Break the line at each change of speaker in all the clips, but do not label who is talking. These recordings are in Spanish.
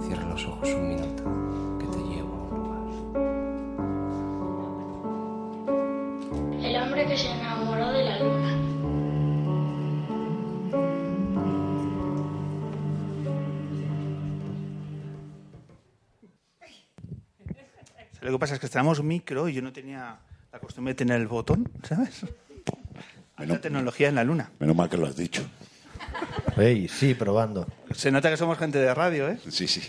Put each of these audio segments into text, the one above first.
Cierra los ojos un minuto, que te llevo a un lugar.
El hombre que se enamoró de la luna.
Lo que pasa es que estábamos micro y yo no tenía la costumbre de tener el botón, ¿sabes? Hay
Menos-
la tecnología en la luna.
Menos mal que lo has dicho.
Ey, sí, probando.
Se nota que somos gente de radio, ¿eh?
Sí, sí.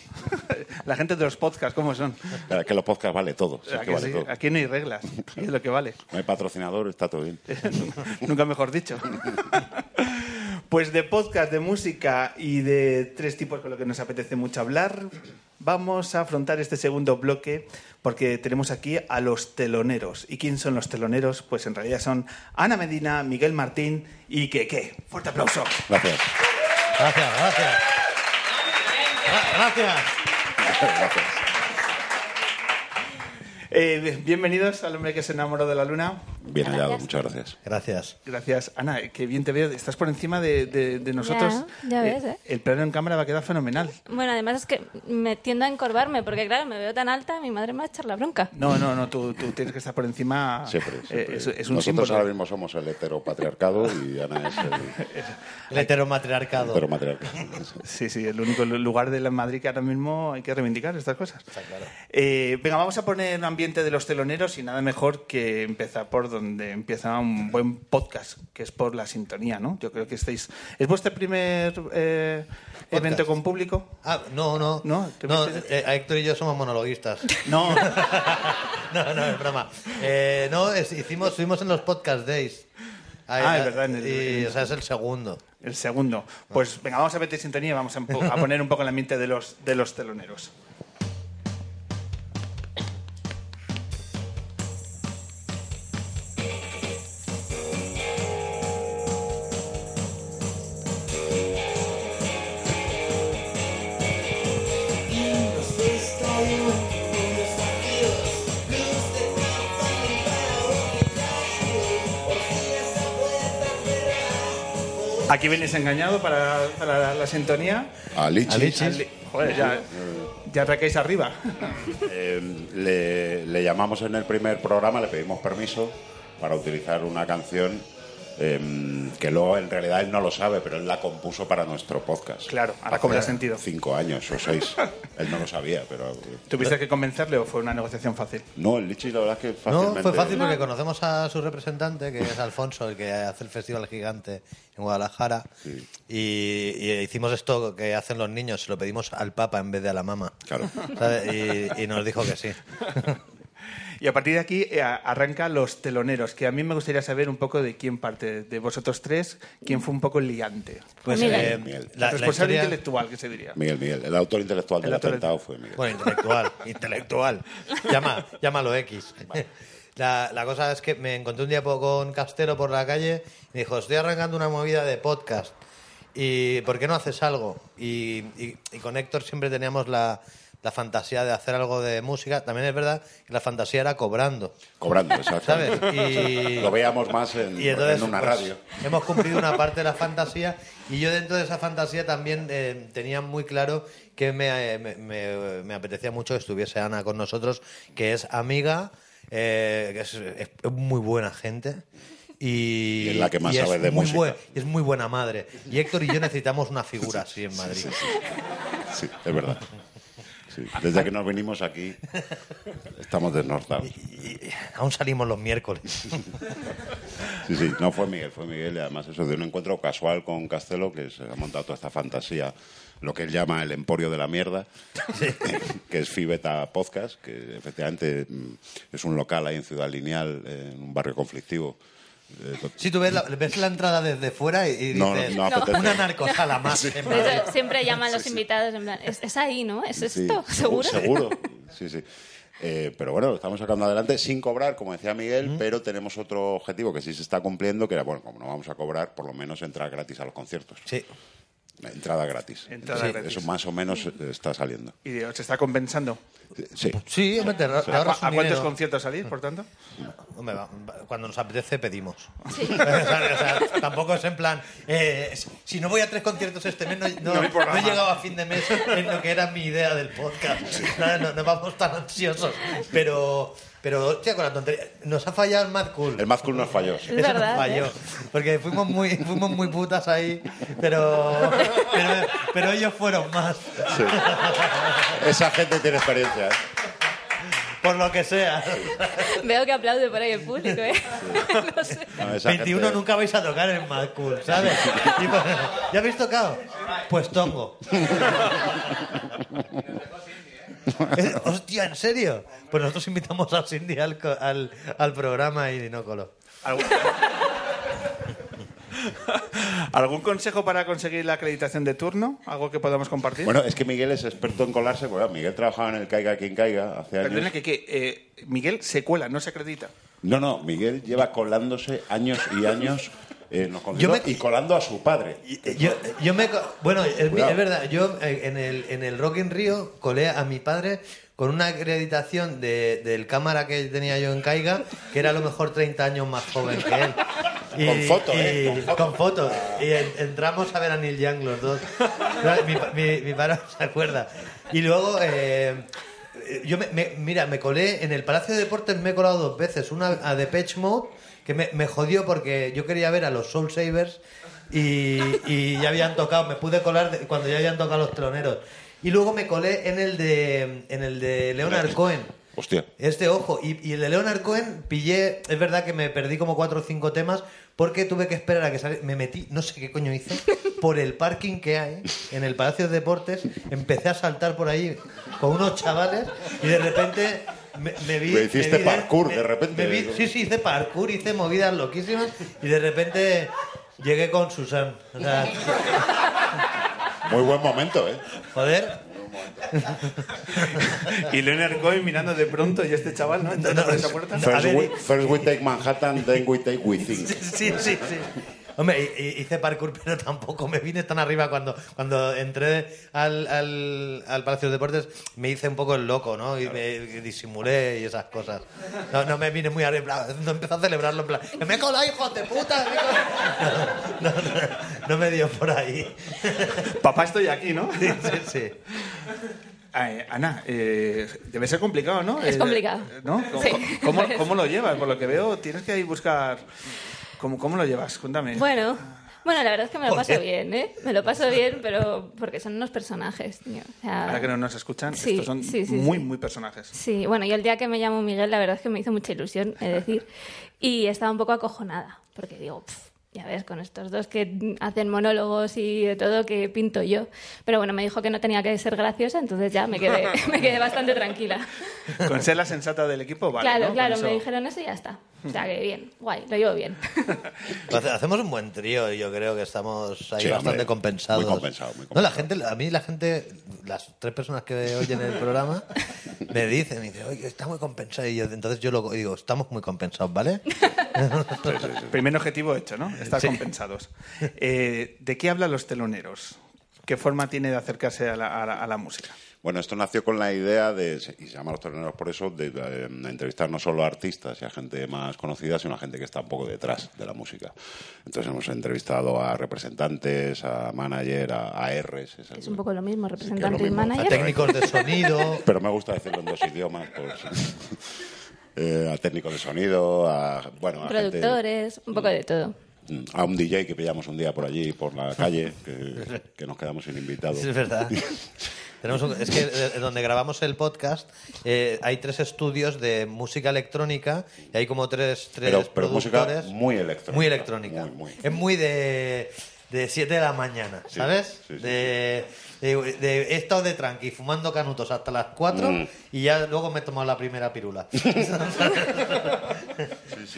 La gente de los podcasts, ¿cómo son?
Claro, es que los podcasts vale todo. sí,
¿A
que
que
vale
sí?
todo.
Aquí no hay reglas, y es lo que vale.
No hay patrocinador, está todo bien.
Nunca mejor dicho. Pues de podcast, de música y de tres tipos con lo que nos apetece mucho hablar, vamos a afrontar este segundo bloque porque tenemos aquí a los teloneros. ¿Y quién son los teloneros? Pues en realidad son Ana Medina, Miguel Martín y Keke. Fuerte aplauso.
Gracias.
Gracias, gracias. Gra- Gracias.
Gracias.
Eh, bienvenidos al hombre que se enamoró de la luna.
Bien hallado, muchas gracias.
Gracias.
Gracias, Ana, que bien te veo. Estás por encima de, de- de nosotros.
ya ves, ¿eh?
El plano en cámara va a quedar fenomenal.
Bueno, además es que me tiendo a encorvarme, porque claro, me veo tan alta, mi madre me va a echar la bronca.
No, no, no, tú, tú tienes que estar por encima.
Siempre.
Eh,
siempre.
Es, es un
Nosotros
símbolo.
ahora mismo somos el heteropatriarcado y Ana es el
El heteromatriarcado.
heteromatriarcado.
Sí, sí, el único lu- lugar de la Madrid que ahora mismo hay que reivindicar estas cosas. Eh, venga, vamos a poner un ambiente de los teloneros y nada mejor que empezar por donde empieza un buen podcast, que es por la sintonía, ¿no? Yo creo que estáis. ¿Es vuestro primer eh, evento con público?
Ah, no, no.
No, te
no
metes-
eh, Héctor y yo somos monologuistas.
No.
no, no, es broma. Eh, no, es- hicimos, estuvimos en los podcast days.
Ah, es verdad, en el-
y,
en-
o sea, es el segundo.
El segundo. Pues venga, vamos a meter sintonía y vamos a, empo- a poner un poco el ambiente de los, de los teloneros. Aquí venís engañado para, para la, la sintonía.
Alichi.
Alichi.
Al- Joder, ya, ya arranquéis arriba.
Eh, le, le llamamos en el primer programa, le pedimos permiso para utilizar una canción eh, que luego en realidad él no lo sabe, pero él la compuso para nuestro podcast.
Claro, ahora cobra
Hace
sentido.
Cinco años o seis. él no lo sabía, pero.
¿Tuviste que convencerle o fue una negociación fácil?
No, el Lichi la verdad es que
No,
fácilmente.
fue fácil porque conocemos a su representante, que es Alfonso, el que hace el Festival Gigante en Guadalajara.
Sí.
Y, y hicimos esto que hacen los niños, se lo pedimos al Papa en vez de a la mamá.
Claro.
¿Sabes? Y, y nos dijo que sí.
Y a partir de aquí eh, a- arranca los teloneros, que a mí me gustaría saber un poco de quién parte, de vosotros tres, quién fue un poco el liante.
Pues
Miguel.
eh,
Miguel.
la, la
Responsable
historia-
intelectual, que se diría.
Miguel, Miguel. El autor intelectual
El
del
autor-
atentado fue Miguel.
Bueno, intelectual, intelectual. Llama, llámalo X. La, la cosa es que me encontré un día po- con Castelo por la calle y me dijo, estoy arrancando una movida de podcast. ¿Y por qué no haces algo? Y, y- y con Héctor siempre teníamos la, la fantasía de hacer algo de música. También es verdad que la fantasía era cobrando,
Cobrando, exacto.
¿sabes? Y,
Lo veíamos más en,
y entonces,
en una
pues,
radio.
Hemos cumplido una parte de la fantasía y yo dentro de esa fantasía también eh, tenía muy claro que me, eh, me- me- me apetecía mucho que estuviese Ana con nosotros, que es amiga, eh, que es, es muy buena gente. Y,
Y es la que más
y es
sabe de
muy
música.
buen- y es muy buena madre. Y Héctor y yo necesitamos una figura así en Madrid.
Sí, es verdad. Sí, Desde que nos vinimos aquí, estamos desnortados.
Y- y aún salimos los miércoles.
Sí, sí, no fue Miguel, fue Miguel. Y además, eso de un encuentro casual con Castelo, que se ha montado toda esta fantasía, lo que él llama el emporio de la mierda, que es Fibeta Podcast, que efectivamente mm, es un local ahí en Ciudad Lineal, eh, en un barrio conflictivo. Eh, to-
Si tú ves la, ves la entrada desde fuera y, y
No,
dices,
no apetece.
una narcosala más. en
Por
Madrid".
eso siempre llaman los invitados en plan, es, es ahí, ¿no? ¿Es
Sí, Uh,
esto? ¿Seguro?
Seguro, sí, sí. Eh, pero bueno, lo estamos sacando adelante sin cobrar, como decía Miguel, pero tenemos otro objetivo que sí se está cumpliendo, que era, bueno, como no vamos a cobrar, por lo menos entrar gratis a los conciertos.
Sí.
Entrada gratis.
Entrada
Sí,
gratis.
Eso más o menos eh, está saliendo.
¿Y os está compensando?
Sí.
Sí, hombre, te, te
¿A,
ahorras
cua-
un
a cuántos
dinero.
conciertos salís, por tanto?
Hombre, va- va- cuando nos apetece pedimos. O sea, o sea, tampoco es en plan, eh, si- si no voy a tres conciertos este mes, no, no- no he llegado a fin de mes en lo que era mi idea del podcast. No, no- no vamos tan ansiosos. Pero, pero hostia, con la tontería, nos ha fallado el Mad Cool.
El Mad Cool nos falló. sí.
Es
Eso
verdad,
nos falló.
¿eh?
Porque fuimos muy, fuimos muy putas ahí, pero, pero, pero ellos fueron más,
Sí. Esa gente tiene experiencia. ¿eh?
por lo que sea.
Veo que aplaude por ahí el público, ¿eh? no sé.
No, esa
21
gente-
nunca vais a tocar en Mad Cool, ¿sabes? Y pues, ¿Ya habéis tocado? Pues tongo. Eh, Hostia, ¿en serio? Pues nosotros invitamos a Cindy al, co- al, al programa y no coló.
¿Algún... ¿Algún consejo para conseguir la acreditación de turno? ¿Algo que podamos compartir?
Bueno, es que Miguel es experto en colarse. porque, claro, Miguel trabajaba en el Caiga quien caiga hace años.
Perdona que, que, eh, Miguel se cuela, no se acredita.
No, no, Miguel lleva colándose años y años eh, en los conciertos
Yo me-
y colando a su padre.
Yo, yo me. co- Bueno, es, mi-
Cuidado.
es verdad, yo eh, en el, en el Rock in Rio colé a mi padre con una acreditación de, del cámara que tenía yo en Caiga, que era a lo mejor 30 años más joven que él.
Con foto, ¿eh?
y-
Con foto.
Con foto. Y en- entramos a ver a Neil Young los dos. mi, pa- mi, mi padre no se acuerda. Y luego. eh, yo me, me- mira, me colé en el Palacio de Deportes, me he colado dos veces. Una a Depeche Mode, que me, me jodió porque yo quería ver a los Soul Savers y, y ya habían tocado, me pude colar de- cuando ya habían tocado los troneros. Y luego me colé en el de, en el de Leonard Cohen.
Hostia.
Este ojo, y, y el de Leonard Cohen pillé, es verdad que me perdí como cuatro o cinco temas porque tuve que esperar a que saliera, me metí, no sé qué coño hice, por el parking que hay en el Palacio de Deportes, empecé a saltar por ahí con unos chavales y de repente me, me vi...
Lo hiciste
me vi
parkour,
me-
de repente.
me vi- sí, sí, hice parkour, hice movidas loquísimas y de repente llegué con Susan. O sea,
Muy buen momento, ¿eh?
joder,
Y Leonard Cohen mirando de pronto y este chaval, ¿no? Entrando
No,
por
no,
esa
es-
puerta.
A
First,
ver,
we,
y-
first we take Manhattan, then we take Within.
sí, sí, sí. Hombre, hi- hi- hice parkour, pero tampoco me vine tan arriba cuando, cuando entré al, al, al Palacio de Deportes. Me hice un poco el loco, ¿no? Y me y disimulé y esas cosas. No, no me vine muy arriba. No empecé a celebrarlo en plan. "¡Que ¡Me he colado, hijos de puta! me he colado". No, no, no, no me dio por ahí.
Papá, estoy aquí, ¿no?
Sí, sí, sí.
Ah, eh, Ana, eh, debe ser complicado, ¿no?
Es
Eh,
complicado.
¿no? ¿Cómo,
Sí.
cómo- cómo lo llevas? Por lo que veo, tienes que ahí buscar... ¿Cómo, cómo lo llevas? Cuéntame.
Bueno, bueno, la verdad es que me lo paso
Joder.
bien, ¿eh? Me lo paso bien, pero porque son unos personajes, tío. O sea,
Ahora que no nos escuchan,
Sí,
estos son
sí, sí,
muy,
sí.
muy personajes.
Sí, bueno, yo el día que me llamó Miguel, la verdad es que me hizo mucha ilusión, es decir, y estaba un poco acojonada, porque digo, "Pf, ya ves, con estos dos que hacen monólogos y de todo, que pinto yo. Pero bueno, me dijo que no tenía que ser graciosa, entonces ya me quedé, me quedé bastante tranquila.
Con ser la sensata del equipo, vale.
claro,
¿no?
claro,
Con
me
eso-
dijeron eso y ya está. O sea, que bien, guay, lo llevo bien.
Pues Hace- Hacemos un buen trío y yo creo que estamos ahí
Sí,
bastante
hombre.
compensados.
Muy compensado, muy
No, la
compensado.
gente, a mí la gente, las tres personas que oyen el programa, me dicen, me dicen, oye, está muy compensado. Y yo, entonces yo lo digo, estamos muy compensados, ¿vale?
pues, Primer objetivo hecho, ¿no? Estar
Sí.
compensados. Eh, ¿De qué hablan los teloneros? ¿Qué forma tiene de acercarse a la, a la- a la música?
Bueno, esto nació con la idea de, y se llama Los Torneros por eso, de, eh, entrevistar no solo a artistas y a gente más conocida, sino a gente que está un poco detrás de la música. Entonces hemos entrevistado a representantes, a manager, a, a R's. Es,
Es
el-
un poco lo mismo,
Sí, que es lo
representante y
mismo.
A
manager.
técnicos de sonido.
Pero me gusta decirlo en dos idiomas. pues. Eh, a técnicos de sonido, a, bueno, a gente-
productores, un poco de todo.
Mm, a un DJ que pillamos un día por allí, por la calle, que, que nos quedamos sin invitados.
Sí, es verdad. Tenemos un- es que eh, donde grabamos el podcast eh, hay tres estudios de música electrónica y hay como tres, tres
Pero- pero música
productores.
muy electrónica.
Muy electrónica.
Muy, muy.
Es muy de, de 7 de la mañana,
Sí,
¿sabes?
sí, sí,
de, de, de- he estado de tranqui fumando canutos hasta las 4
Mm.
y ya luego me he tomado la primera pirula.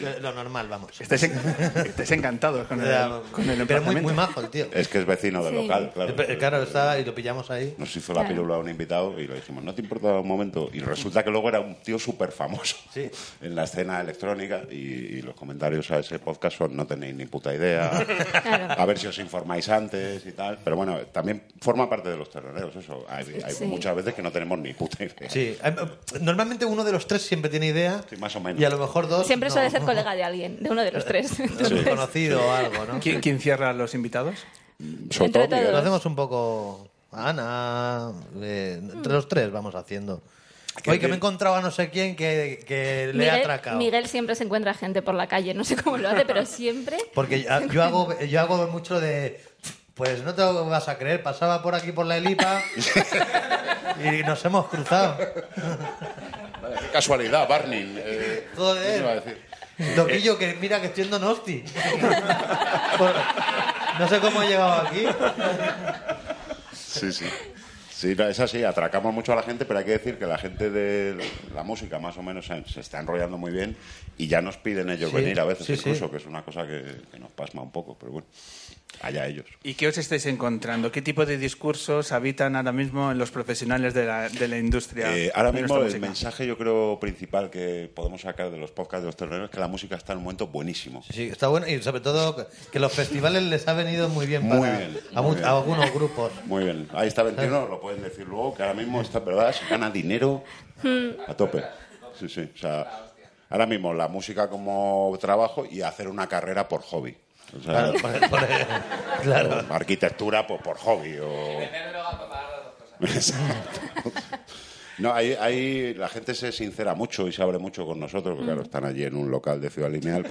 Lo lo normal, vamos.
Estáis, en- estáis encantados con el, con
Pero
el
muy,
emplazamiento.
muy majo el tío.
Es que es vecino del
Sí.
local, Eh, claro.
Eh, Claro, está y lo pillamos ahí.
Nos hizo la
Claro.
pílula a un invitado y le dijimos, ¿no te importa un momento? Y resulta que luego era un tío súper famoso
Sí.
en la escena electrónica y, y los comentarios a ese podcast son, no tenéis ni puta idea,
Claro.
a ver si os informáis antes y tal. Pero bueno, también forma parte de los terroreros eso. Hay, hay
Sí.
muchas veces que no tenemos ni puta idea.
Sí, eh, normalmente uno de los tres siempre tiene idea.
Sí, más o menos.
Y a lo mejor dos.
Siempre
no.
suele ser colega de alguien, de uno de los tres.
Es un
Entonces,
conocido o algo, ¿no?
¿Quién, quién cierra a los invitados?
Sobre
Entre
todo Miguel.
Lo hacemos un poco. a Ana, eh, entre los tres vamos haciendo.
Aquí
Oye, que
el-
me he encontrado a no sé quién que, que le he
Miguel,
atracado.
Miguel siempre se encuentra gente por la calle, no sé cómo lo hace, pero siempre.
Porque yo, yo hago, yo hago mucho de. Pues no te lo vas a creer, pasaba por aquí por la Elipa y nos hemos cruzado.
Vale, qué casualidad, Barney. eh,
Joder.
¿qué iba a decir?
Eh.
Loquillo, que mira que estoy en Donosti. Por- no sé cómo he llegado aquí.
Sí, sí. Sí, no, es así, atracamos mucho a la gente, pero hay que decir que la gente de la música más o menos se, se está enrollando muy bien y ya nos piden ellos
Sí,
venir a veces
sí,
incluso,
sí.
que es una cosa que, que nos pasma un poco, pero bueno, allá ellos.
¿Y qué os estáis encontrando? ¿Qué tipo de discursos habitan ahora mismo en los profesionales de la, de la industria?
Eh, ahora
de
mismo el
nuestra música?
mensaje yo creo principal que podemos sacar de los podcasts de los terrenos es que la música está en un momento buenísimo.
Sí, sí, está bueno y sobre todo que los festivales les ha venido muy bien para
Muy bien,
a,
muy
mu-
bien.
a algunos grupos.
Muy bien, ahí está 21, lo pueden decir luego, que ahora mismo está, ¿verdad? Se gana dinero a tope. Sí, sí, o sea, ahora mismo la música como trabajo y hacer una carrera por hobby. O sea,
Claro, por- por- claro.
o arquitectura pues, por hobby o... Exacto. No, ahí, ahí la gente se sincera mucho y se abre mucho con nosotros, porque claro, están allí en un local de Ciudad Lineal.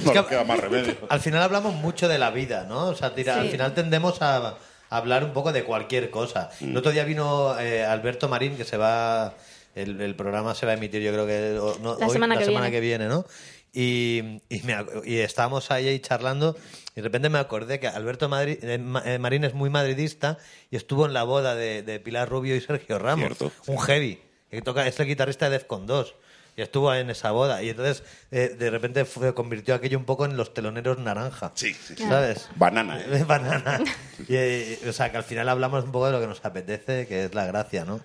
No
que-
les queda más remedio.
Al final hablamos mucho de la vida, ¿no? O sea, tira-
Sí.
al final tendemos a, a hablar un poco de cualquier cosa. El otro día vino eh, Alberto Marín, que se va. El, el programa se va a emitir, yo creo que. o- no,
La semana que viene.
¿no? Y, y, me ac- y estábamos ahí, ahí charlando y de repente me acordé que Alberto Madri- eh, Ma- eh, Marín es muy madridista y estuvo en la boda de, de Pilar Rubio y Sergio Ramos.
Cierto.
Un heavy, que toca, es el guitarrista de Defcon 2. Y estuvo en esa boda. Y entonces, eh, de repente, fue- convirtió aquello un poco en los teloneros naranja.
Sí, sí, sí.
¿Sabes?
Banana, ¿eh?
Banana. Y, eh, o sea, que al final hablamos un poco de lo que nos apetece, que es la gracia, ¿no?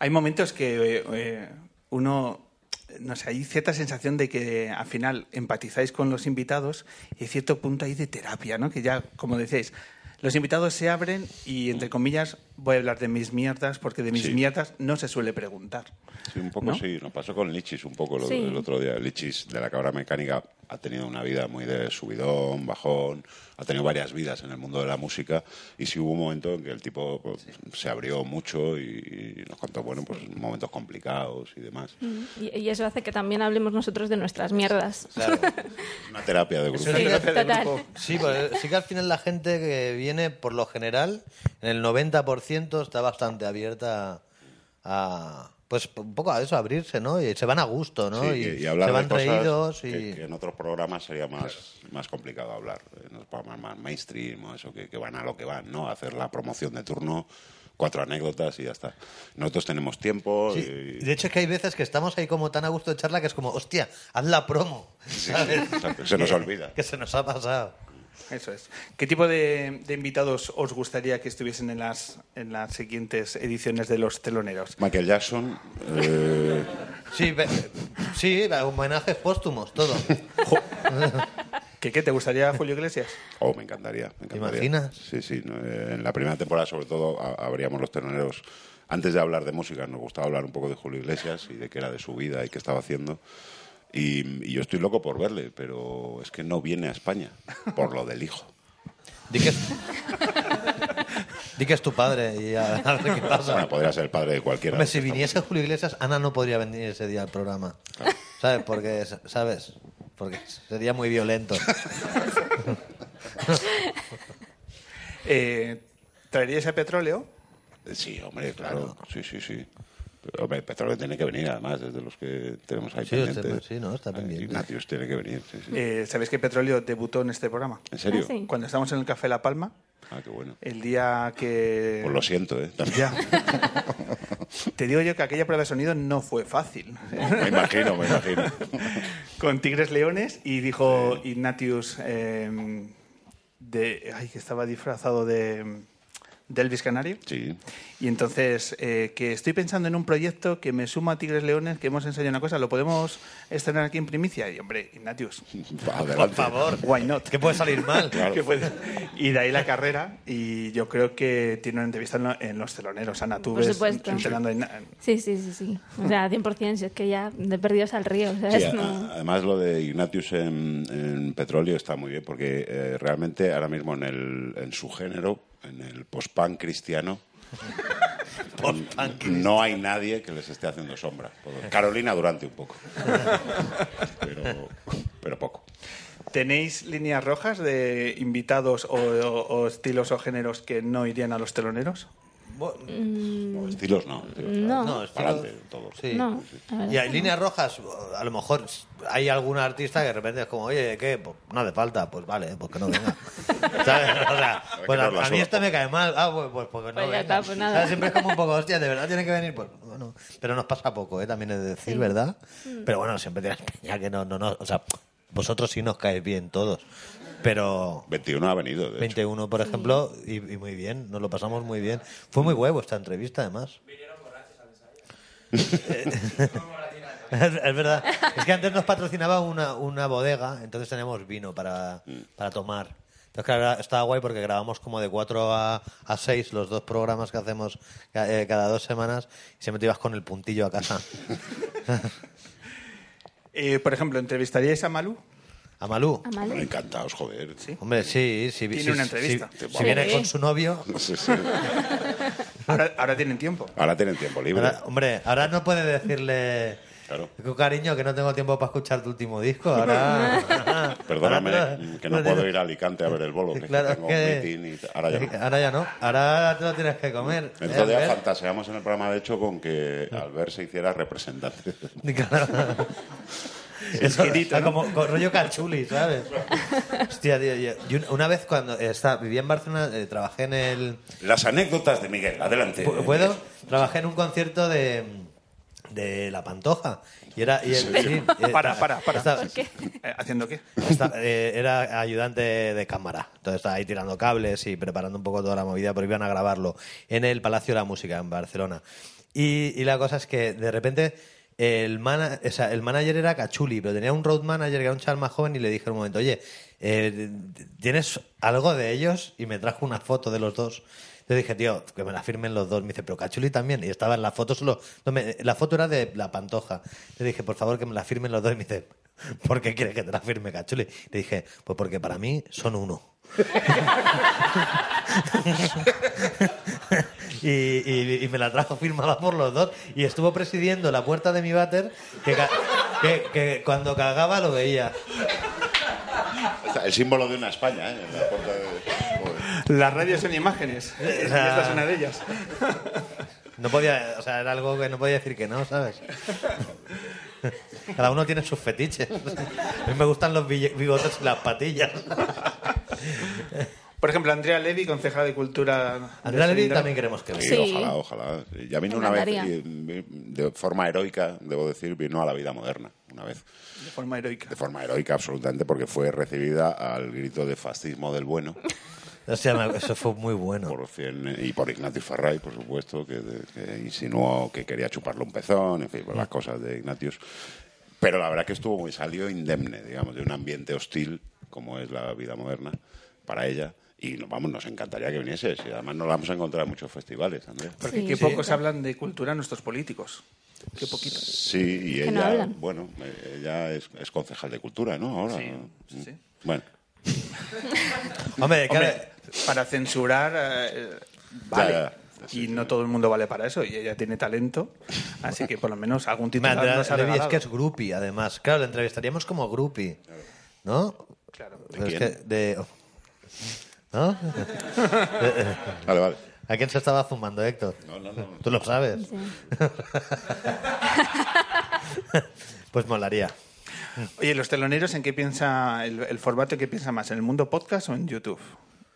Hay momentos que eh, eh, uno, no sé, hay cierta sensación de que al final empatizáis con los invitados y hay cierto punto ahí de terapia, ¿no? Que ya, como decíais, los invitados se abren y, entre comillas, voy a hablar de mis mierdas porque de mis
Sí.
mierdas no se suele preguntar.
Sí, un poco
¿No?
sí. Nos pasó con Lichis un poco lo-
Sí.
el otro día. Lichis de la cabra mecánica ha tenido una vida muy de subidón, bajón, ha tenido varias vidas en el mundo de la música y sí hubo un momento en que el tipo pues, se abrió mucho y, y nos contó, bueno, pues momentos complicados y demás.
Y, y eso hace que también hablemos nosotros de nuestras mierdas.
Claro.
Una terapia de grupo.
Sí,
Sí,
gracias
total.
Sí, pues, sí que al final la gente que viene, por lo general, en el 90% está bastante abierta a... Pues un poco a eso, a abrirse, ¿no? Y se van a gusto, ¿no?
Sí,
y,
y, y hablar
se van
de cosas
reídos y...
que, que en otros programas sería más, más complicado hablar. eh, En los programas más mainstream o eso, que, que van a lo que van, ¿no? A hacer la promoción de turno, cuatro anécdotas y ya está. Nosotros tenemos tiempo
Sí,
y...
De hecho, es que hay veces que estamos ahí como tan a gusto de charla que es como, hostia, haz la promo.
Sí,
¿sabes?
sí, exacto. Se nos olvida.
Que se nos ha pasado.
Eso es. ¿Qué tipo de, de invitados os gustaría que estuviesen en las, en las siguientes ediciones de Los Teloneros?
Michael Jackson, eh,
Sí, ve- sí, homenajes póstumos, todo.
¿Qué, qué te gustaría, Julio Iglesias?
oh, me encantaría, me encantaría.
imaginas?
Sí, sí. no, eh, en la primera temporada, sobre todo, a- abríamos los terneros. Antes de hablar de música, nos gustaba hablar un poco de Julio Iglesias y de qué era de su vida y qué estaba haciendo. Y, y yo estoy loco por verle, pero es que no viene a España por lo del hijo.
Di que es, di que es tu padre y a, a ver qué pasa.
Bueno, pues, podría ser el padre de cualquiera.
Hombre, si viniese Julio Iglesias, Ana no podría venir ese día al programa. ¿Sabes? Porque, ¿sabes? Porque sería muy violento.
Eh, ¿Traeríais a Petróleo?
Sí, hombre, claro. Sí, sí, sí. Pero, Hombre, Petróleo tiene que venir, además, desde los que tenemos ahí
Sí,
pendientes. Ah,
este- sí, no, está pendiente.
Ignatius tiene que venir. sí, sí.
Eh, ¿Sabéis que Petróleo debutó en este programa?
¿En serio?
Ah, sí.
Cuando estábamos en el Café La Palma,
Ah, qué
Eh,
bueno.
el día que...
Pues lo siento, ¿eh? También.
Ya. Te digo yo que aquella prueba de sonido no fue fácil.
Me imagino, me imagino.
con Tigres Leones y dijo Ignatius eh, de, ay, que estaba disfrazado de, de Elvis Canario.
Sí.
Y entonces, eh, que estoy pensando en un proyecto que me suma a Tigres Leones, que hemos enseñado una cosa, ¿lo podemos estrenar aquí en primicia? Y hombre, Ignatius,
Adelante.
Por favor.
why not?
¿Qué puede salir mal?
Claro.
Que puede- Y de ahí la carrera, y yo creo que tiene una entrevista en, lo- en Los Teloneros, Ana, tú
Por
ves
supuesto.
entrenando a Igna-
Sí, sí, sí, sí. O sea, 100%, si es que ya de perdidos al río,
Sí,
Pues
¿sabes?
a-
No-
Además, lo de Ignatius en, en petróleo está muy bien, porque eh, realmente ahora mismo en, el, en su género, en el post-punk cristiano,
Post-punk
no hay nadie que les esté haciendo sombra. Carolina Durante un poco, pero, pero poco.
¿Tenéis líneas rojas de invitados o, o- o estilos o géneros que no irían a Los Teloneros?
Bo-
No, estilos no. estilos,
No.
claro.
estilos-
Para adelante, todo.
Sí.
No, la verdad
Y hay líneas rojas, a lo mejor hay algún artista que de repente es como, oye, ¿qué? Pues no hace falta, pues vale, pues que no venga. ¿Sabes? O sea,
ver,
pues
que
a,
nos la
a mí
suda.
este me cae mal, ah, pues, pues, pues que no
Pues ya
venga.
está, pues nada.
¿Sabes? Siempre es como un poco, hostia, de verdad tiene que venir, pues bueno. Pero nos pasa poco, ¿eh? También es decir, ¿verdad?
Mm.
Pero bueno, siempre tienes peña que no, no, no, o sea, vosotros sí nos caéis bien todos, pero...
21 ha venido, de hecho.
21, por ejemplo, y, y muy bien, nos lo pasamos muy bien. Fue muy huevo esta entrevista, además. Eh, es, es verdad. Es que antes nos patrocinaba una, una bodega, entonces teníamos vino para, para tomar. Entonces, claro, era- estaba guay porque grabamos como de 4 a, a 6 los dos programas que hacemos ca- eh, cada dos semanas y siempre te ibas con el puntillo a casa.
Eh, por ejemplo, ¿entrevistaríais a Malú?
A Malú.
¿A
Bueno,
Malú?
encantados, joder.
Hombre, sí, sí.
Tiene
sí,
una
sí,
entrevista.
sí, si viene
Sí.
con su novio,
Sí, sí.
Ahora, ahora tienen tiempo.
Ahora tienen tiempo libre.
Ahora, hombre, ahora no puede decirle.
Claro.
"Cu- Cariño, que no tengo tiempo para escuchar tu último disco. Ahora.
Perdóname
ahora te lo-
que no
lo tienes-
puedo ir a Alicante a ver el bolo, que, es que
Claro,
tengo
es
un
que-
meeting y ahora ya no.
Ahora ya no. Ahora te lo tienes que comer.
El
¿eh,
otro día
Albert?
fantaseamos en el programa, de hecho, con que Albert se hiciera representante.
Claro. Eso,
Chiquitito,
ah,
¿no?
como con rollo cachuli, ¿sabes? Hostia, tío, yo- yo una- una vez cuando eh, estaba, vivía en Barcelona, eh, trabajé en el,
Las anécdotas de Miguel, adelante.
¿Pu- ¿Puedo? Trabajé en un concierto de, de La Pantoja. Y era. y el- sí, eh,
Para, para, para.
estaba-
Eh, ¿Haciendo qué?
estaba- eh, era ayudante de cámara. Entonces estaba ahí tirando cables y preparando un poco toda la movida, pero iban a grabarlo en el Palacio de la Música en Barcelona. Y, y la cosa es que de repente. El, mana- o sea, el manager era Cachuli, pero tenía un road manager que era un chaval más joven y le dije en un momento, oye, eh, ¿tienes algo de ellos? Y me trajo una foto de los dos. Yo dije, tío, que me la firmen los dos. Me dice, pero Cachuli también. Y estaba en la foto solo. no, me- la foto era de la pantoja. Le dije, por favor, que me la firmen los dos. Y me dice, ¿por qué quieres que te la firme Cachuli? Le dije, pues porque para mí son uno. y, y- y me la trajo firmada por los dos. Y estuvo presidiendo la puerta de mi váter que, ca- que- que cuando cagaba lo veía.
Está El símbolo de una España, ¿eh? En la puerta de- Joder.
Las radios son imágenes. Y esta es una de ellas.
No podía, o sea, era algo que no podía decir que no, ¿sabes? Cada uno tiene sus fetiches. A mí me gustan los bille- bigotes y las patillas.
Por ejemplo, Andrea Levy, concejala de Cultura. de
Andrea Levy
Sindra.
también queremos que
Sí,
venga.
Sí.
ojalá, ojalá. Ya vino
Me
una vez,
encantaría.
y, mm, de forma heroica, debo decir, vino a la vida moderna, una vez.
De forma heroica.
De forma heroica, absolutamente, porque fue recibida al grito de fascismo del bueno,
O sea, me- eso fue muy bueno.
por cien- y por Ignatius Ferray, por supuesto, que, que insinuó que quería chuparle un pezón, en fin, pues las cosas de Ignatius. Pero la verdad que estuvo muy, salió indemne, digamos, de un ambiente hostil, como es la vida moderna, para ella. Y no- vamos, nos encantaría que viniese, y además nos la vamos a encontrar en muchos festivales, Andrés.
Porque
Sí.
qué
Sí.
pocos hablan de cultura nuestros políticos. Qué poquito.
Sí, y
que no
ella,
hablan.
bueno, eh, ella es, es concejal de cultura, ¿no? Ahora.
Sí,
¿no?
sí, sí.
Bueno,
Hombre, claro,
Hombre, para censurar, eh, vale.
Ya, ya.
y no todo el mundo vale para eso. Y ella tiene talento. Así que por lo menos algún
me-
titular
Andrea
nos ha
Levy es
regalado.
que es groupie, además. Claro, la entrevistaríamos como groupie. ¿No?
Claro.
Pero es
quién?
que de- oh, ¿No?
vale, vale.
¿A quién se estaba zumbando, Héctor?
No, no, no.
Tú lo sabes.
Sí.
Pues molaría.
Oye, ¿los teloneros en qué piensa el, el formato? ¿Qué piensa más? ¿En el mundo podcast o en YouTube?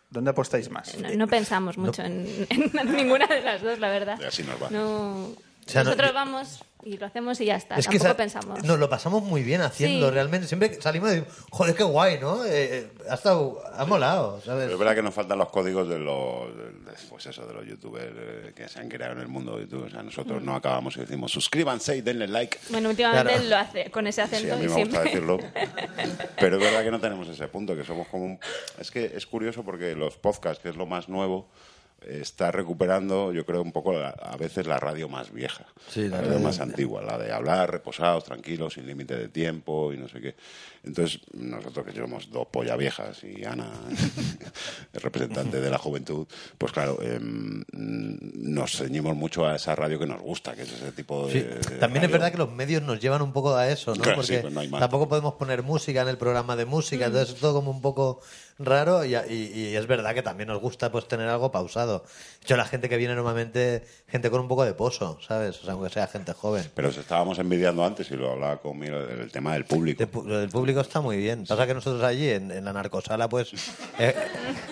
¿Dónde apostáis más?
No, no pensamos mucho en, en ninguna de las dos, la verdad.
Así nos va.
No,
O sea, no-
Nosotros vamos y lo hacemos y ya está.
Es que
Tampoco
sa-
pensamos.
Nos lo pasamos muy bien haciendo,
Sí.
realmente. Siempre que salimos y decimos, joder, qué guay, ¿no? Eh, eh, ha estado, ha molado, ¿sabes?
Pero es verdad que nos faltan los códigos de los, de- pues eso, de los youtubers eh, que se han creado en el mundo de YouTube. O sea, nosotros no acabamos y decimos suscríbanse y denle like.
Bueno, últimamente
Claro.
lo hace con ese
Sí,
acento
a mí
y
me
siempre.
gusta decirlo. Pero es verdad que no tenemos ese punto, que somos como un... Es que es curioso porque los podcasts, que es lo más nuevo, eh, está recuperando, yo creo, un poco la- a veces la radio más vieja.
Sí, la
la radio
radio-
más antigua, la de hablar reposados, tranquilos, sin límite de tiempo y no sé qué. Entonces, nosotros que somos dos polla viejas y Ana, el representante de la juventud, pues claro, em, mm, nos ceñimos mucho a esa radio que nos gusta, que es ese tipo de...
Sí.
de
También es
radio.
verdad que los medios nos llevan un poco a eso, ¿no?
eh, Claro,
Porque
sí, pues no hay más.
tampoco podemos poner música en el programa de
Mm.
música, entonces es todo como un poco raro y, y- y es verdad que también nos gusta pues tener algo pausado. De hecho, la gente que viene normalmente, gente con un poco de pozo, ¿sabes? O sea, aunque sea gente joven.
Pero os estábamos envidiando antes y lo hablaba conmigo el tema del público.
De pu- Lo del público está muy bien. Pasa que nosotros allí, en, en la narcosala, pues es,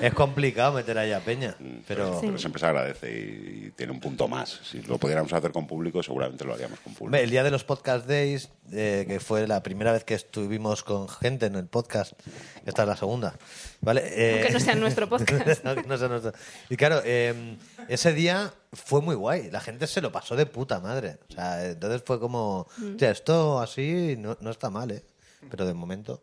es complicado meter allá peña. Pero,
Pero siempre se agradece y, y tiene un punto más. Si lo pudiéramos hacer con público, seguramente lo haríamos con
Hombre,
público.
El día de los Podcast Days, eh, que fue la primera vez que estuvimos con gente en el podcast, esta es la segunda, ¿vale? Eh,
Aunque no sea nuestro podcast.
aunque no sea nuestro. Y claro, eh, ese día fue muy guay, la gente se lo pasó de puta madre. O sea, entonces fue como,
Mm.
"Hostia, esto así no, no está mal, ¿eh? Pero de momento...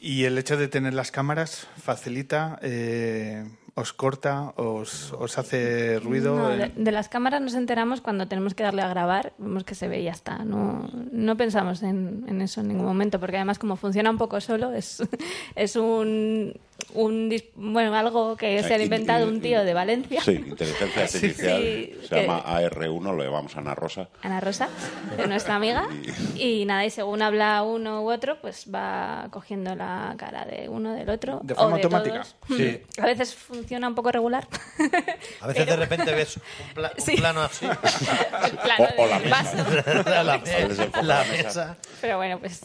Y el hecho de tener las cámaras facilita, eh, os corta, os, os hace ruido.
No,
eh.
de, de las cámaras nos enteramos cuando tenemos que darle a grabar, vemos que se ve y ya está. No, no pensamos en, en eso en ningún momento, porque además como funciona un poco solo, es, es un, un dis- bueno algo que
O sea,
se ha
in-
inventado
in-
un tío de Valencia.
Sí, inteligencia
Sí,
artificial.
sí,
se
que-
llama AR1, lo llamamos Ana Rosa.
Ana Rosa, de nuestra amiga, y nada, y según habla uno u otro, pues va cogiendo la cara de uno, del otro.
De forma
o de
automática.
todos.
Sí.
A veces funciona un poco regular.
A veces de repente ves un, pla- un
Sí.
plano así,
El plano
O- o la
del
mesa.
vaso.
la,
veces enfoca
la
la mesa.
mesa.
Pero bueno, pues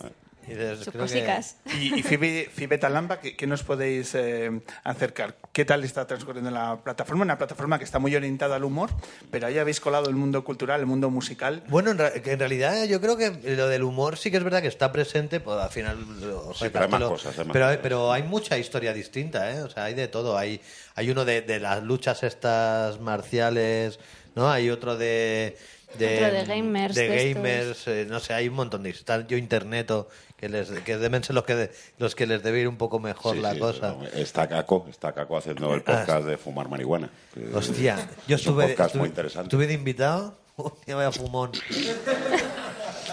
Y dices,
sus
"Creo que-
cositas.
Y, y Fibe, Fibe Talamba, ¿qué, qué nos podéis eh, acercar? ¿Qué tal está transcurriendo la plataforma? Una plataforma que está muy orientada al humor, pero ahí habéis colado el mundo cultural, el mundo musical.
Bueno, en, ra- que en realidad yo creo que lo del humor sí que es verdad que está presente, pues al final... lo-
Sí, pero hay más
lo-
cosas, hay más
pero,
cosas.
pero hay mucha historia distinta, ¿eh? O sea, hay de todo. Hay, hay uno de, de las luchas estas marciales, ¿no? Hay otro de...
Otro de gamers
de
de
gamers, eh, no sé, hay un montón de... Está yo interneto, que, les, que deben ser los que, de- los que les debe ir un poco mejor
Sí,
la
sí,
cosa. Ah,
pero Está Caco, está Caco haciendo el podcast de fumar marihuana. Que
Hostia, yo
es un
estuve,
podcast muy
estuve-
interesante.
estuve de invitado. Hostia, vaya fumón.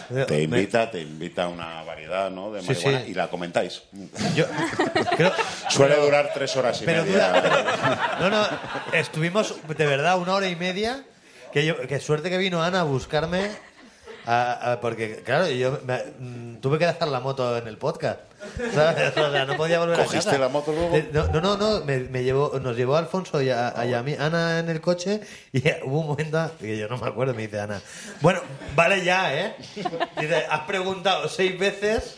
Te
Me-
invita, te invita a una variedad, ¿no? De
Sí,
marihuana
sí.
y la comentáis.
Yo, creo-
Suele durar tres horas y
Pero
media.
dura- No, no, estuvimos de verdad una hora y media. Que, yo, que suerte que vino Ana a buscarme. a- a- porque, claro, yo me- mm, tuve que dejar la moto en el podcast. ¿sabes? O sea, no podía volver a
¿Cogiste
casa.
la moto luego? Ah,
Eh, No, no, no, no, me, me llevó, nos llevó Alfonso y a, y a mí, Ana en el coche. Y hubo un momento que yo no me acuerdo, me dice Ana. Bueno, vale ya, ¿eh? Dice, has preguntado seis veces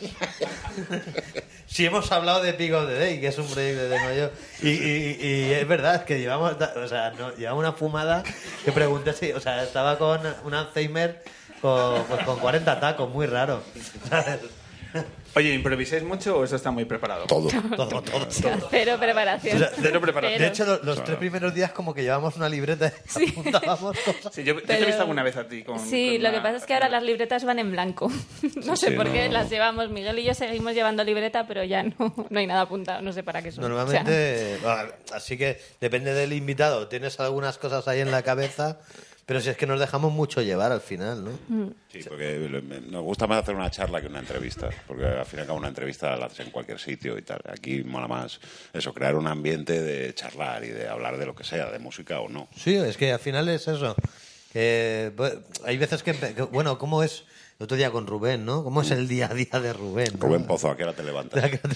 si hemos hablado de Pick of the Day, que es un proyecto de Mayo, y, y- y es verdad que llevamos, ta- o sea, no, llevamos una fumada que pregunté si, o sea, estaba con un Alzheimer con, pues con 40 tacos, muy raro. ¿sabes?
Oye, ¿improvisáis mucho o eso está muy preparado?
Todo.
Todo, todo.
Cero preparación.
O sea,
Cero preparación.
De hecho, lo- los, tres primeros días como que llevamos una libreta y apuntábamos cosas.
Sí, yo, yo te he
Pero-
visto alguna vez a ti con.
sí,
con
lo
una-
que pasa es que ahora las libretas van en blanco. no
Sí,
sé
sí,
por qué
no.
las llevamos. Miguel y yo seguimos llevando libreta, pero ya no, no hay nada apuntado. No sé para qué son. O sea,
Normalmente, bueno, así que depende del invitado, tienes algunas cosas ahí en la cabeza, pero si es que nos dejamos mucho llevar al final, ¿no?
Sí, porque lo- me- nos gusta más hacer una charla que una entrevista, porque al fin y al cabo una entrevista la haces en cualquier sitio y tal. Aquí mola más eso, crear un ambiente de charlar y de hablar de lo que sea, de música o no.
Sí, es que al final es eso. Que, bu- hay veces que, empe- que, bueno, ¿cómo es? El otro día con Rubén, ¿no? ¿Cómo es el día a día de Rubén? no?
Rubén Pozo, ¿a qué hora te levantas?
Ya que te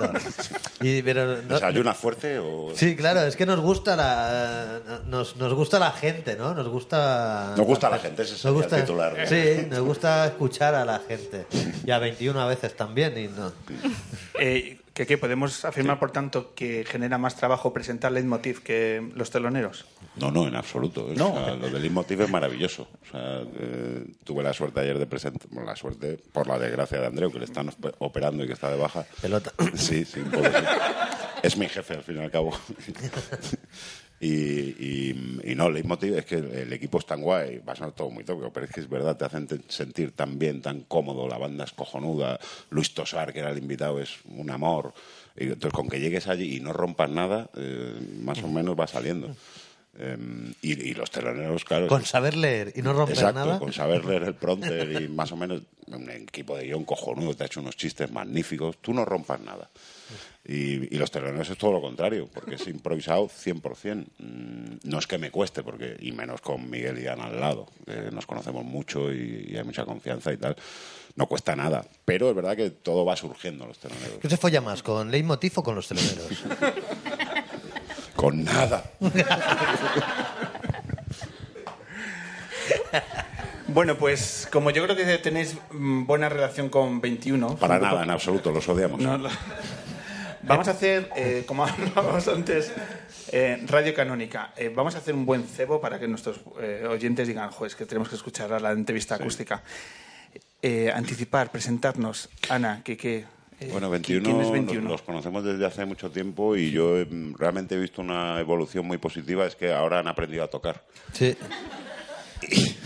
levantas. Y, pero, no-
¿Desayunas fuerte o...?
sí, claro, es que nos gusta la nos, nos gusta la gente, ¿no? Nos gusta
Nos gusta la gente, ese sería
Nos gusta-
el titular, ¿no?
Sí, nos gusta escuchar a la gente. Y a 21 a veces también y no.
Eh, Que, que podemos afirmar, por tanto, que genera más trabajo presentar leitmotiv que los teloneros.
No, no, en absoluto. O
No.
sea, lo del Inmotiv es maravilloso. O sea, eh, tuve la suerte ayer de presentar, bueno, la suerte por la desgracia de Andreu, que le están op- operando y que está de baja.
Pelota.
Sí, sí, un poco sí. Es mi jefe, al fin y al cabo. Y, y, y no, el leitmotiv es que el equipo es tan guay, va a sonar todo muy tópico, pero es que es verdad, te hacen te- sentir tan bien, tan cómodo, la banda es cojonuda, Luis Tosar, que era el invitado, es un amor. Y entonces, con que llegues allí y no rompas nada, eh, más o menos va saliendo. Em, y, y los terreneros, claro.
Con saber leer y no romper
Exacto,
nada.
con saber leer el prompter y más o menos un equipo de guión cojonudo te ha hecho unos chistes magníficos, tú no rompas nada. Y, y los terrenos es todo lo contrario, porque es improvisado 100%. Mm, No es que me cueste, porque y menos con Miguel y Ana al lado, que nos conocemos mucho y, y hay mucha confianza y tal. No cuesta nada, pero es verdad que todo va surgiendo los terrenos.
¿Qué se folla más, con leitmotiv o con los teloneros?
Con nada.
Bueno, pues como yo creo que tenéis mm, buena relación con 21.
Para nada, en absoluto, los odiamos.
No, lo- Vamos a hacer, eh, como hablábamos antes, eh, Radio Canónica. Eh, vamos a hacer un buen cebo para que nuestros eh, oyentes digan, joder, es que tenemos que escuchar a la entrevista acústica. Eh, anticipar, presentarnos. Ana, que qué? eh,
Bueno,
¿quién
21,
es 21?
Los, los conocemos desde hace mucho tiempo y yo eh, realmente he visto una evolución muy positiva, es que ahora han aprendido a tocar.
Sí.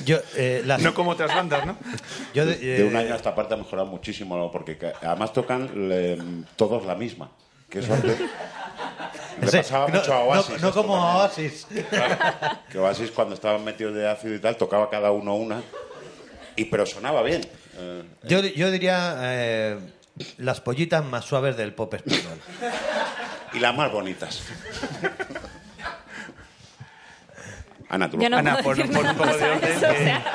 Yo, eh, las-
No como otras bandas, ¿no?
yo de-
De un
eh,
año a esta parte ha mejorado muchísimo, ¿no? porque ca- además tocan le- todos la misma. Que eso antes le
sí,
pasaba
no-
mucho a Oasis.
No, no
esto
como
también.
a Oasis.
Que Oasis cuando estaban metidos de ácido y tal, tocaba cada uno una, y pero sonaba bien. Eh,
Yo, yo diría eh, las pollitas más suaves del pop español.
y las más bonitas. Ana, tú lo
Yo no
Ana,
Ana,
puedo
pon,
decir
pon
nada
un poco de
más a
orden,
eso, o
que,
sea.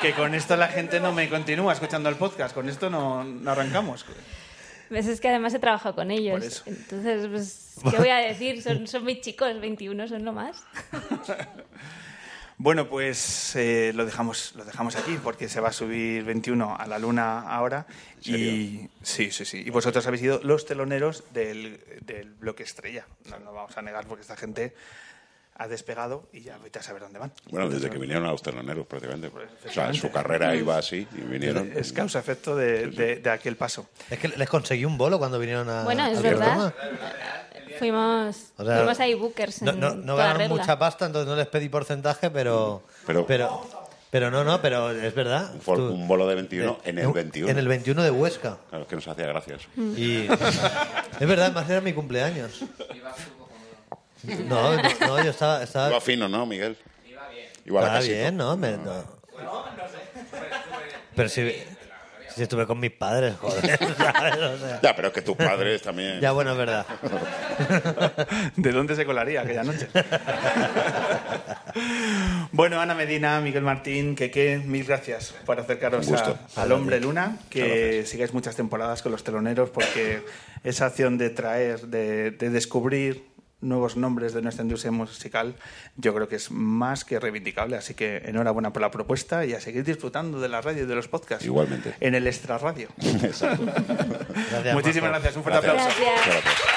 que con esto la gente no me continúa escuchando el podcast, con esto no, no arrancamos.
Pues es que además he trabajado con
Por
ellos.
eso.
Entonces, pues, ¿qué voy a decir? Son, son mis chicos, 21 son lo más.
Bueno, pues eh, lo, dejamos, lo dejamos aquí porque se va a subir 21 a la luna ahora. Y, sí, sí, sí. Y vosotros habéis sido los teloneros del, del bloque estrella. No, no vamos a negar porque esta gente ha despegado y ya vete a saber dónde van.
Bueno, desde que vinieron a los terroneros, prácticamente. O sea, su carrera iba así y vinieron.
Es causa-efecto de, de- de aquel paso.
Es que les conseguí un bolo cuando vinieron a.
Bueno, es
al programa.
verdad. Fuimos,
Ah, O sea,
fuimos ahí bookers.
No,
en
no, no
toda
ganaron
regla.
mucha pasta, entonces no les pedí porcentaje, pero.
Pero-
pero, pero no, no, pero es verdad.
Un, for-
Tú- eh,
un bolo de 21 en el 21.
En el Mm. 21 de Huesca.
Claro, es que nos hacía gracia eso.
Y es verdad, más era mi cumpleaños. No, no, no, yo estaba, estaba
Iba fino, ¿no, Miguel? Iba bien.
estaba Ah, bien, ¿no? Me- no. Pero si, si estuve con mis padres, joder. ¿sabes? O sea,
Ya, pero es que tus padres también.
ya bueno, es verdad.
¿De dónde se colaría aquella noche? bueno, Ana Medina, Miguel Martín, Keke, mil gracias por acercaros
Un
a-
gusto.
al Hombre Luna.
Muchas
Que
gracias.
sigáis muchas temporadas con los teloneros porque esa acción de traer, de, de descubrir nuevos nombres de nuestra industria musical, yo creo que es más que reivindicable. Así que enhorabuena por la propuesta y a seguir disfrutando de la radio y de los podcasts.
Igualmente.
En el extra radio.
Exacto.
Gracias,
Muchísimas
Marco.
gracias. Un fuerte aplauso.
Gracias.
Muchas gracias.